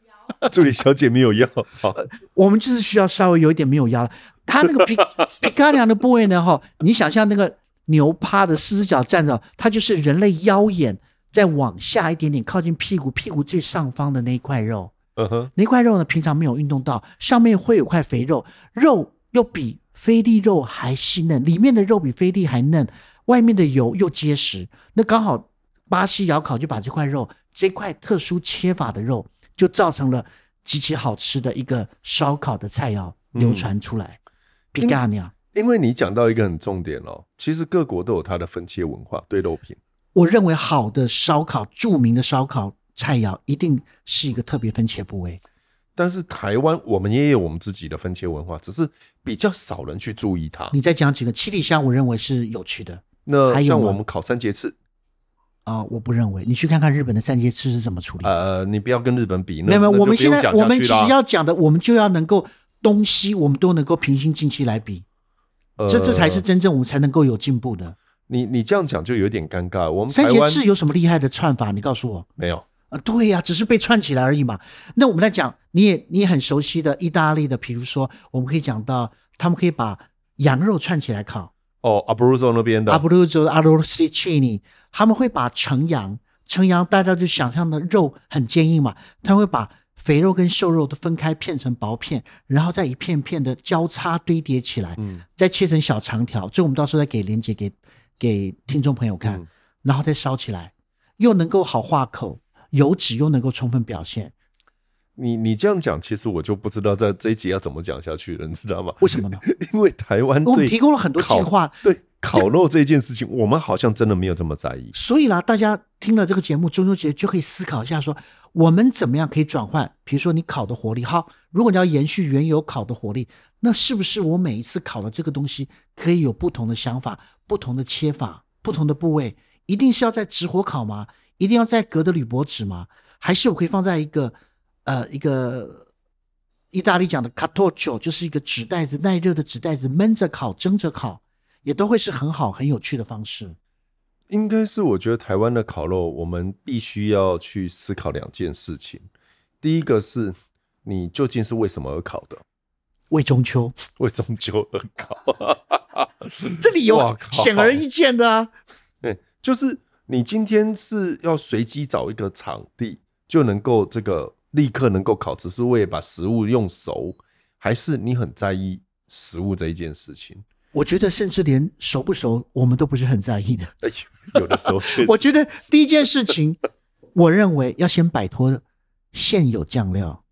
[SPEAKER 1] 助理小姐没有要，好，
[SPEAKER 2] 我们就是需要稍微有一点没有腰。它那个皮皮卡良的部位呢，哈，你想象那个牛趴的四只脚站着，它就是人类腰眼再往下一点点，靠近屁股，屁股最上方的那一块肉。
[SPEAKER 1] 嗯哼，
[SPEAKER 2] 那块肉呢，平常没有运动到，上面会有块肥肉，肉又比菲力肉还细嫩，里面的肉比菲力还嫩，外面的油又结实。那刚好巴西窑烤就把这块肉，这块特殊切法的肉，就造成了极其好吃的一个烧烤的菜肴流传出来。皮卡尼亚，
[SPEAKER 1] 因为你讲到一个很重点哦，其实各国都有它的分切文化对肉品，
[SPEAKER 2] 我认为好的烧烤，著名的烧烤菜肴一定是一个特别分切部位。
[SPEAKER 1] 但是台湾我们也有我们自己的分切文化，只是比较少人去注意它。
[SPEAKER 2] 你再讲几个七里香，我认为是有趣的。
[SPEAKER 1] 那
[SPEAKER 2] 还有
[SPEAKER 1] 像
[SPEAKER 2] 吗
[SPEAKER 1] 我们烤三节翅，
[SPEAKER 2] 啊、我不认为。你去看看日本的三节翅是怎么处理的。
[SPEAKER 1] 呃，你不要跟日本比，那
[SPEAKER 2] 嗯没有没
[SPEAKER 1] 那就
[SPEAKER 2] 有，我
[SPEAKER 1] 不
[SPEAKER 2] 们
[SPEAKER 1] 用
[SPEAKER 2] 现在
[SPEAKER 1] 讲
[SPEAKER 2] 我
[SPEAKER 1] 下
[SPEAKER 2] 们
[SPEAKER 1] 去
[SPEAKER 2] 其
[SPEAKER 1] 啦
[SPEAKER 2] 实要讲的，我们就要能够东西，我们都能够平心静气来比，这这才是
[SPEAKER 1] 呃
[SPEAKER 2] 真正我们才能够有进步的。
[SPEAKER 1] 你你这样讲就有点尴尬。我们台
[SPEAKER 2] 三节
[SPEAKER 1] 湾
[SPEAKER 2] 翅有什么厉害的串法？你告诉我。
[SPEAKER 1] 没有，
[SPEAKER 2] 啊，对呀、只是被串起来而已嘛。那我们在讲，你也你也很熟悉的意大利的，比如说，我们可以讲到他们可以把羊肉串起来烤，
[SPEAKER 1] 哦，阿布鲁佐那边的
[SPEAKER 2] 阿布鲁佐、阿罗西奇尼，他们会把成羊，成羊大家就想象的肉很坚硬嘛，他会把肥肉跟瘦肉都分开片成薄片，然后再一片片的交叉堆叠起来，
[SPEAKER 1] 嗯
[SPEAKER 2] 再切成小长条。这我们到时候再给连接给给听众朋友看，
[SPEAKER 1] 嗯
[SPEAKER 2] 然后再烧起来，又能够好化口，油脂又能够充分表现，
[SPEAKER 1] 你你这样讲，其实我就不知道在这一集要怎么讲下去了，你知道吗？
[SPEAKER 2] 为什么呢？
[SPEAKER 1] 因为台湾
[SPEAKER 2] 我们
[SPEAKER 1] 对
[SPEAKER 2] 提供了很多
[SPEAKER 1] 烤
[SPEAKER 2] 进化，
[SPEAKER 1] 对烤肉这件事情，我们好像真的没有这么在意。
[SPEAKER 2] 所以啦，大家听了这个节目，中秋节就可以思考一下说，我们怎么样可以转换？比如说你烤的火力，好，如果你要延续原有烤的火力，那是不是我每一次烤的这个东西可以有不同的想法、不同的切法、不同的部位？一定是要在直火烤吗？一定要在隔的铝箔纸吗？还是我可以放在一个呃一个意大利讲的 c a t o c c o 就是一个纸袋子耐热的纸袋子，闷着烤、蒸着烤，也都会是很好很有趣的方式。
[SPEAKER 1] 应该是我觉得台湾的烤肉，我们必须要去思考两件事情。第一个是你究竟是为什么而烤的，
[SPEAKER 2] 为中秋。
[SPEAKER 1] 为中秋而烤。
[SPEAKER 2] 这里
[SPEAKER 1] 哇
[SPEAKER 2] 有
[SPEAKER 1] 靠
[SPEAKER 2] 显而易见的啊。
[SPEAKER 1] 对，就是你今天是要随机找一个场地就能够这个立刻能够烤，只是为了把食物用熟，还是你很在意食物这一件事情。
[SPEAKER 2] 我觉得甚至连熟不熟，我们都不是很在意的。
[SPEAKER 1] 哎有有的时候确实，
[SPEAKER 2] 我觉得第一件事情，我认为要先摆脱现有酱料，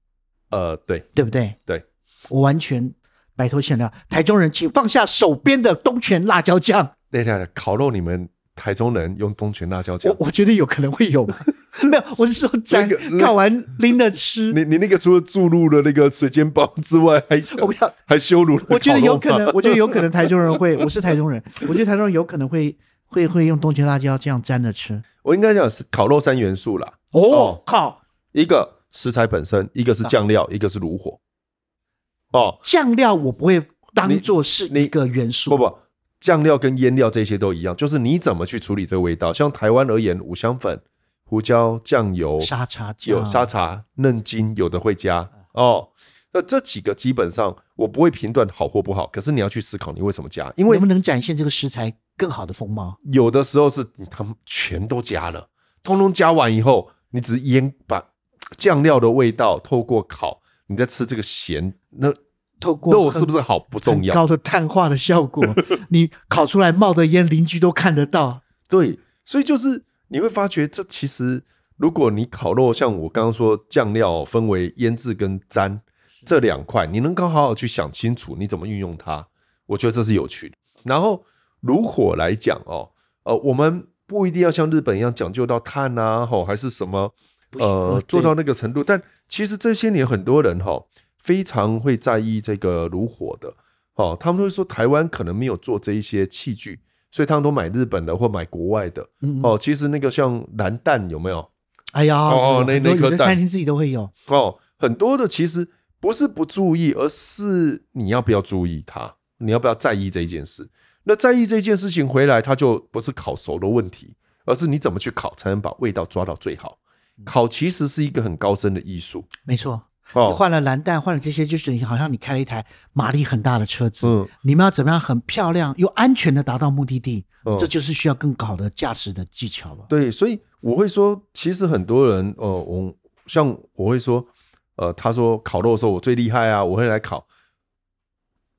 [SPEAKER 1] 呃，对
[SPEAKER 2] 对不对？
[SPEAKER 1] 对，
[SPEAKER 2] 我完全摆脱现料。台中人，请放下手边的东泉辣椒酱。
[SPEAKER 1] 那下烤肉你们台中人用东泉辣椒酱
[SPEAKER 2] 我，我觉得有可能会有吧， 没有，我是说沾
[SPEAKER 1] 那个那
[SPEAKER 2] 看完拎着吃，
[SPEAKER 1] 你你那个除了注入了那个水煎包之外，还
[SPEAKER 2] 我不要。
[SPEAKER 1] 还羞辱了
[SPEAKER 2] 我觉得
[SPEAKER 1] 烤肉
[SPEAKER 2] 有可
[SPEAKER 1] 吗
[SPEAKER 2] 能，我觉得有可能台中人会， 我是台中人，我觉得台中人有可能会会会用东泉辣椒这样沾着吃。
[SPEAKER 1] 我应该讲是烤肉三元素啦，
[SPEAKER 2] 哦，靠，
[SPEAKER 1] 一个食材本身，一个是酱料，一个是炉火。哦，
[SPEAKER 2] 酱料我不会当做是
[SPEAKER 1] 你
[SPEAKER 2] 一个元素，
[SPEAKER 1] 不不，酱料跟腌料这些都一样，就是你怎么去处理这个味道。像台湾而言，五香粉、胡椒、酱油、
[SPEAKER 2] 沙茶嗯酱
[SPEAKER 1] 有沙茶、嫩筋，有的会加哦。那这几个基本上我不会评断好或不好，可是你要去思考你为什么加，因为
[SPEAKER 2] 能不能展现这个食材更好的风貌？
[SPEAKER 1] 有的时候是你他们全都加了，通通加完以后，你只是腌把酱料的味道透过烤，你在吃这个咸，那
[SPEAKER 2] 透过
[SPEAKER 1] 肉
[SPEAKER 2] 很
[SPEAKER 1] 是不是好不重
[SPEAKER 2] 很
[SPEAKER 1] 要？
[SPEAKER 2] 高的碳化的 效果，你烤出来冒的烟，邻居都看得到。
[SPEAKER 1] 对，所以就是你会发觉，这其实如果你烤肉，像我刚刚说酱料哦分为腌制跟沾这两块，你能够好好去想清楚你怎么运用它，我觉得这是有趣的。然后炉火来讲哦，呃，我们不一定要像日本一样讲究到碳啊，吼还是什么。呃
[SPEAKER 2] 哦，
[SPEAKER 1] 做
[SPEAKER 2] 对
[SPEAKER 1] 到那个程度。但其实这些年很多人哈、非常会在意这个炉火的哦，他们会说台湾可能没有做这一些器具，所以他们都买日本的或买国外的
[SPEAKER 2] 嗯，
[SPEAKER 1] 哦。其实那个像蓝蛋有没有
[SPEAKER 2] 哎呀，
[SPEAKER 1] 哦那
[SPEAKER 2] 很多
[SPEAKER 1] 那颗
[SPEAKER 2] 有的
[SPEAKER 1] 蛋
[SPEAKER 2] 餐厅自己都会有，
[SPEAKER 1] 哦？很多的其实不是不注意，而是你要不要注意它，你要不要在意这一件事。那在意这件事情回来，它就不是烤熟的问题，而是你怎么去烤才能把味道抓到最好。烤其实是一个很高深的艺术
[SPEAKER 2] 没错。
[SPEAKER 1] 哦，
[SPEAKER 2] 换了蓝蛋，换了这些，就是你好像你开了一台马力很大的车子，
[SPEAKER 1] 嗯
[SPEAKER 2] 你们要怎么样很漂亮又安全的达到目的地，
[SPEAKER 1] 嗯
[SPEAKER 2] 这就是需要更好的驾驶的技巧了。
[SPEAKER 1] 对，所以我会说，其实很多人，呃，我像我会说，呃，他说烤肉的时候我最厉害啊，我会来烤。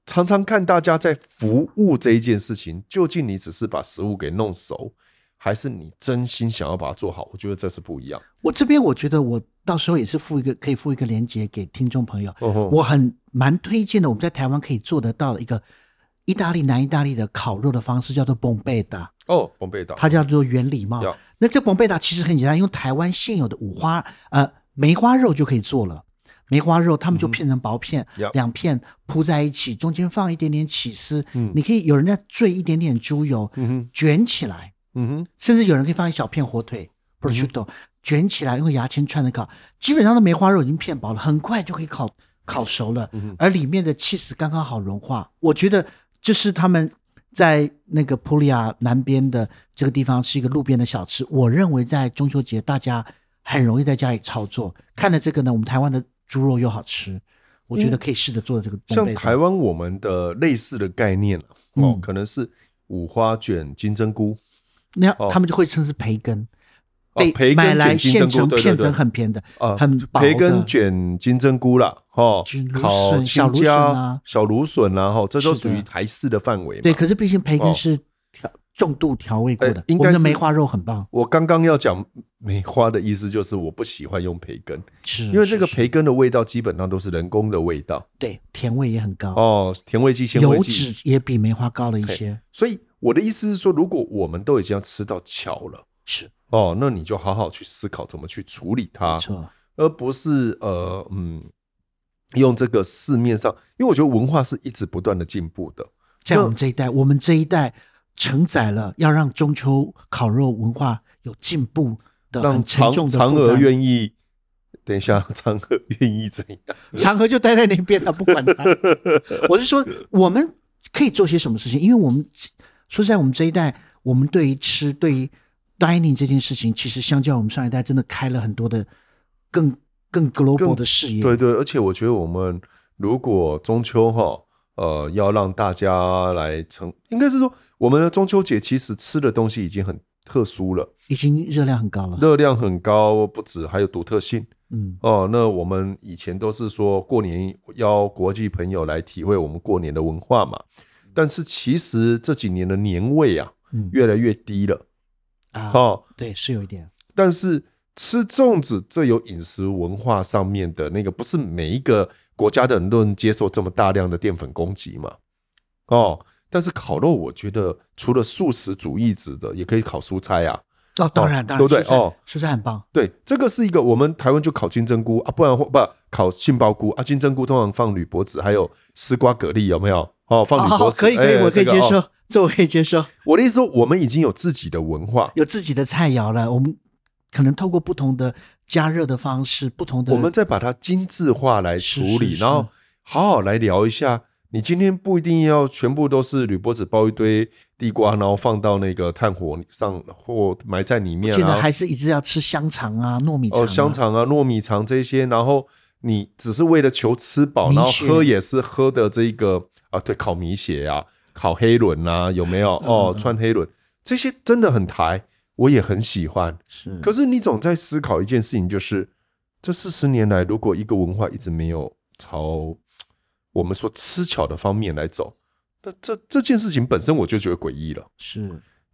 [SPEAKER 1] 常常看大家在服务这一件事情，究竟你只是把食物给弄熟，还是你真心想要把它做好？我觉得这是不一样。
[SPEAKER 2] 我这边我觉得我到时候也是附一个可以附一个链接给听众朋友，
[SPEAKER 1] 哦吼
[SPEAKER 2] 我很蛮推荐的，我们在台湾可以做得到的一个意大利南意大利的烤肉的方式叫做蓬贝达，
[SPEAKER 1] 哦，蓬贝岛，
[SPEAKER 2] 它叫做原礼貌
[SPEAKER 1] 要。
[SPEAKER 2] 那这蓬贝达其实很简单，用台湾现有的五花呃梅花肉就可以做了。梅花肉，他们就
[SPEAKER 1] 嗯
[SPEAKER 2] 片成薄片，
[SPEAKER 1] 要
[SPEAKER 2] 两片铺在一起，中间放一点点起司，
[SPEAKER 1] 嗯
[SPEAKER 2] 你可以有人在缀一点点猪油，
[SPEAKER 1] 嗯哼，
[SPEAKER 2] 卷起来，
[SPEAKER 1] 嗯哼，
[SPEAKER 2] 甚至有人可以放一小片火腿 prosciutto，、卷
[SPEAKER 1] 嗯
[SPEAKER 2] 起来用牙签串着烤。基本上的梅花肉已经片薄了，很快就可以烤烤熟了，
[SPEAKER 1] 嗯哼
[SPEAKER 2] 而里面的 cheese 刚刚好融化。我觉得这是他们在那个普利亚南边的这个地方是一个路边的小吃，我认为在中秋节大家很容易在家里操作。看了这个呢，我们台湾的猪肉又好吃，我觉得可以试着做这个东
[SPEAKER 1] 像
[SPEAKER 2] 北菜
[SPEAKER 1] 台湾我们的类似的概念哦，
[SPEAKER 2] 嗯
[SPEAKER 1] 可能是五花卷、金针菇，
[SPEAKER 2] 那样
[SPEAKER 1] 哦
[SPEAKER 2] 他们就会称是培根。
[SPEAKER 1] 哦
[SPEAKER 2] 被
[SPEAKER 1] 培根
[SPEAKER 2] 买来
[SPEAKER 1] 卷金针
[SPEAKER 2] 现
[SPEAKER 1] 菇
[SPEAKER 2] 成
[SPEAKER 1] 对对
[SPEAKER 2] 片
[SPEAKER 1] 对
[SPEAKER 2] 成很便的，
[SPEAKER 1] 啊，
[SPEAKER 2] 很薄
[SPEAKER 1] 培根
[SPEAKER 2] 的
[SPEAKER 1] 卷金针菇啦，哦
[SPEAKER 2] 卷芦，
[SPEAKER 1] 烤
[SPEAKER 2] 笋小
[SPEAKER 1] 青
[SPEAKER 2] 芦笋
[SPEAKER 1] 椒
[SPEAKER 2] 啊、
[SPEAKER 1] 小芦笋啦，哈，这都
[SPEAKER 2] 是
[SPEAKER 1] 属
[SPEAKER 2] 的
[SPEAKER 1] 于台式的范围嘛。
[SPEAKER 2] 对，可是毕竟培
[SPEAKER 1] 哦
[SPEAKER 2] 根是调、重度调味过的，
[SPEAKER 1] 呃应该
[SPEAKER 2] 我们
[SPEAKER 1] 是
[SPEAKER 2] 的梅花肉很棒，
[SPEAKER 1] 我刚刚要讲梅花的意思就是我不喜欢用培根，
[SPEAKER 2] 是
[SPEAKER 1] 因为这个
[SPEAKER 2] 是
[SPEAKER 1] 培根的味道基本上都是人工的味道
[SPEAKER 2] 对甜味也很高，
[SPEAKER 1] 哦，甜味剂、鲜味
[SPEAKER 2] 油
[SPEAKER 1] 剂。
[SPEAKER 2] 脂也比梅花高了一些，
[SPEAKER 1] 所以我的意思是说，如果我们都已经要吃到巧了
[SPEAKER 2] 是
[SPEAKER 1] 哦，那你就好好去思考怎么去处理它。
[SPEAKER 2] 没错，
[SPEAKER 1] 而不是呃嗯，用这个市面上，因为我觉得文化是一直不断的进步的。
[SPEAKER 2] 在我们这一代，我们这一代承载了要让中秋烤肉文化有进步的
[SPEAKER 1] 让
[SPEAKER 2] 很沉
[SPEAKER 1] 嫦
[SPEAKER 2] 重的
[SPEAKER 1] 嫦
[SPEAKER 2] 负
[SPEAKER 1] 娥
[SPEAKER 2] 担。
[SPEAKER 1] 愿意，等一下， 嫦娥愿意怎样？
[SPEAKER 2] 嫦娥就待在那边，他不 管他。我是说，我们可以做些什么事情？因为我们说实在，我们这一代，我们对于吃、对于 dining 这件事情，其实相较我们上一代，真的开了很多的更更 global 的视野。
[SPEAKER 1] 对对，而且我觉得我们如果中秋哈，呃，要让大家来成，应该是说我们的中秋节其实吃的东西已经很特殊了，
[SPEAKER 2] 已经热量很高了。
[SPEAKER 1] 热量很高，不止还有独特性
[SPEAKER 2] 嗯
[SPEAKER 1] 哦，那我们以前都是说过年邀国际朋友来体会我们过年的文化嘛，但是其实这几年的年味啊
[SPEAKER 2] 嗯
[SPEAKER 1] 越来越低了
[SPEAKER 2] 啊，
[SPEAKER 1] 哦，
[SPEAKER 2] 对，是有一点，
[SPEAKER 1] 但是吃粽子，这有饮食文化上面的那个，不是每一个国家的人都能接受这么大量的淀粉供给嘛？哦，但是烤肉，我觉得除了素食主义者的，也可以烤蔬菜啊。
[SPEAKER 2] 哦，当然，当然，
[SPEAKER 1] 对不对
[SPEAKER 2] 蔬菜
[SPEAKER 1] 哦，
[SPEAKER 2] 蔬菜很棒，
[SPEAKER 1] 对，这个是一个我们台湾就烤金针菇啊，不然或不烤杏鲍菇啊，金针菇通常放铝箔纸，还有丝瓜蛤蜊，有没有？哦，放铝
[SPEAKER 2] 好好，
[SPEAKER 1] 箔纸，
[SPEAKER 2] 可以，可以，
[SPEAKER 1] 哎
[SPEAKER 2] 我可以
[SPEAKER 1] 这个
[SPEAKER 2] 接
[SPEAKER 1] 哦
[SPEAKER 2] 受， 这我可以接受，
[SPEAKER 1] 我的意思说，我们已经有自己的文化，
[SPEAKER 2] 有自己的菜肴了，我们可能透过不同的加热的方式，不同的
[SPEAKER 1] 我们再把它精致化来处理，
[SPEAKER 2] 是是是
[SPEAKER 1] 然后好好来聊一下。你今天不一定要全部都是铝箔纸包一堆地瓜，然后放到那个炭火上或埋在里面
[SPEAKER 2] 现在
[SPEAKER 1] 啊，
[SPEAKER 2] 还是一直要吃香肠啊、糯米肠、啊
[SPEAKER 1] 哦香肠啊、糯米肠这些，然后你只是为了求吃饱，
[SPEAKER 2] 米
[SPEAKER 1] 然后
[SPEAKER 2] 血
[SPEAKER 1] 喝也是喝的这个啊，对，烤米血啊，烤黑轮啊，有没有？
[SPEAKER 2] 嗯
[SPEAKER 1] 哦，穿黑轮这些真的很台，我也很喜欢。
[SPEAKER 2] 是，
[SPEAKER 1] 可是你总在思考一件事情，就是这四十年来，如果一个文化一直没有朝我们说吃巧的方面来走，那这这件事情本身我就觉得诡异了。
[SPEAKER 2] 是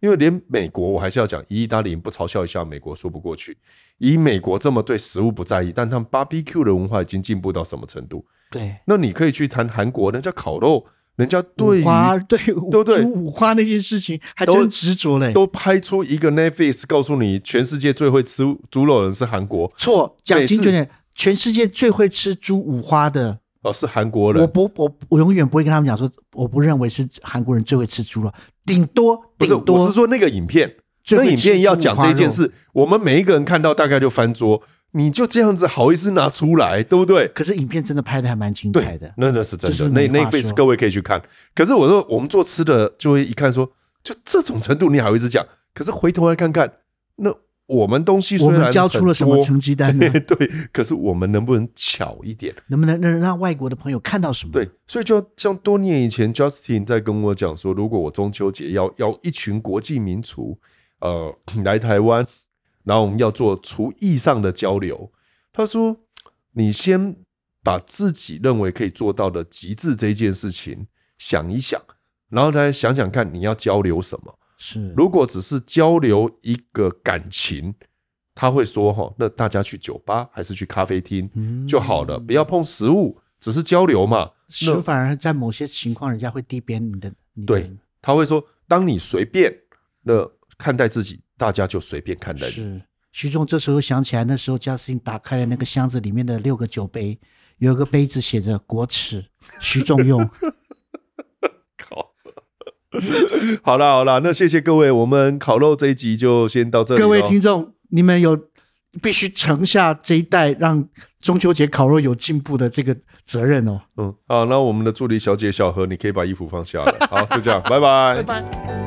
[SPEAKER 1] 因为连美国，我还是要讲，以意大利人不嘲笑一下美国说不过去。以美国这么对食物不在意，但他们 barbecue 的文化已经进步到什么程度？
[SPEAKER 2] 对。
[SPEAKER 1] 那你可以去谈韩国，人家烤肉，人家对
[SPEAKER 2] 五
[SPEAKER 1] 于
[SPEAKER 2] 花对
[SPEAKER 1] 对
[SPEAKER 2] 对
[SPEAKER 1] 对
[SPEAKER 2] 猪五花那些事情还
[SPEAKER 1] 都
[SPEAKER 2] 真执着嘞，
[SPEAKER 1] 都拍出一个 Netflix，告诉你全世界最会吃猪肉的人是韩国，
[SPEAKER 2] 错，讲
[SPEAKER 1] 每
[SPEAKER 2] 精
[SPEAKER 1] 次
[SPEAKER 2] 准点，全世界最会吃猪五花的，
[SPEAKER 1] 哦、是韩国人
[SPEAKER 2] 我。不，我我永远不会跟他们讲说，我不认为是韩国人最会吃猪肉，顶多
[SPEAKER 1] 不是，
[SPEAKER 2] 顶多
[SPEAKER 1] 我是说那个影片，
[SPEAKER 2] 最
[SPEAKER 1] 那
[SPEAKER 2] 会
[SPEAKER 1] 影
[SPEAKER 2] 吃
[SPEAKER 1] 片要
[SPEAKER 2] 猪
[SPEAKER 1] 讲
[SPEAKER 2] 五花
[SPEAKER 1] 这件
[SPEAKER 2] 肉。
[SPEAKER 1] 事，我们每一个人看到大概就翻桌，你就这样子好意思拿出来，对不对？
[SPEAKER 2] 可是影片真的拍的还蛮精彩
[SPEAKER 1] 对
[SPEAKER 2] 的，，
[SPEAKER 1] 那那是真的，
[SPEAKER 2] 这是
[SPEAKER 1] 那
[SPEAKER 2] 没
[SPEAKER 1] 那
[SPEAKER 2] 话
[SPEAKER 1] f a c
[SPEAKER 2] 说
[SPEAKER 1] 各位可以去看。可是我说，我们做吃的就会一看说，就这种程度，你还会一直讲。可是回头来看看，那我们东西虽
[SPEAKER 2] 我
[SPEAKER 1] 然
[SPEAKER 2] 们交出了什么
[SPEAKER 1] 很多
[SPEAKER 2] 成绩单 呢？
[SPEAKER 1] 对，可是我们能不能巧一点？
[SPEAKER 2] 能不能能让外国的朋友看到什么？，
[SPEAKER 1] 对，所以就像多年以前，Justin 在跟我讲说，如果我中秋节要要一群国际名厨，呃，来台湾，然后我们要做厨艺上的交流，他说，你先把自己认为可以做到的极致这件事情想一想，然后再想想看你要交流什么。
[SPEAKER 2] 是
[SPEAKER 1] 如果只是交流一个感情，他会说哈，那大家去酒吧还是去咖啡厅
[SPEAKER 2] 嗯
[SPEAKER 1] 就好了，不要碰食物，只是交流嘛。
[SPEAKER 2] 食反而在某些情况，人家会低贬你的。你的
[SPEAKER 1] 对，他会说，当你随便那看待自己，大家就随便看待你。
[SPEAKER 2] 是。徐仲这时候想起来，那时候嘉斯汀打开了那个箱子里面的六个酒杯，有一个杯子写着“国耻”，徐仲用。
[SPEAKER 1] 靠， 好啦好啦，那谢谢各位，我们烤肉这一集就先到这里。
[SPEAKER 2] 各位听，众，你们有必须承下这一代让中秋节烤肉有进步的这个责任哦。
[SPEAKER 1] 嗯，好，那我们的助理小姐小何，你可以把衣服放下了。好，就这样，拜拜
[SPEAKER 2] 拜。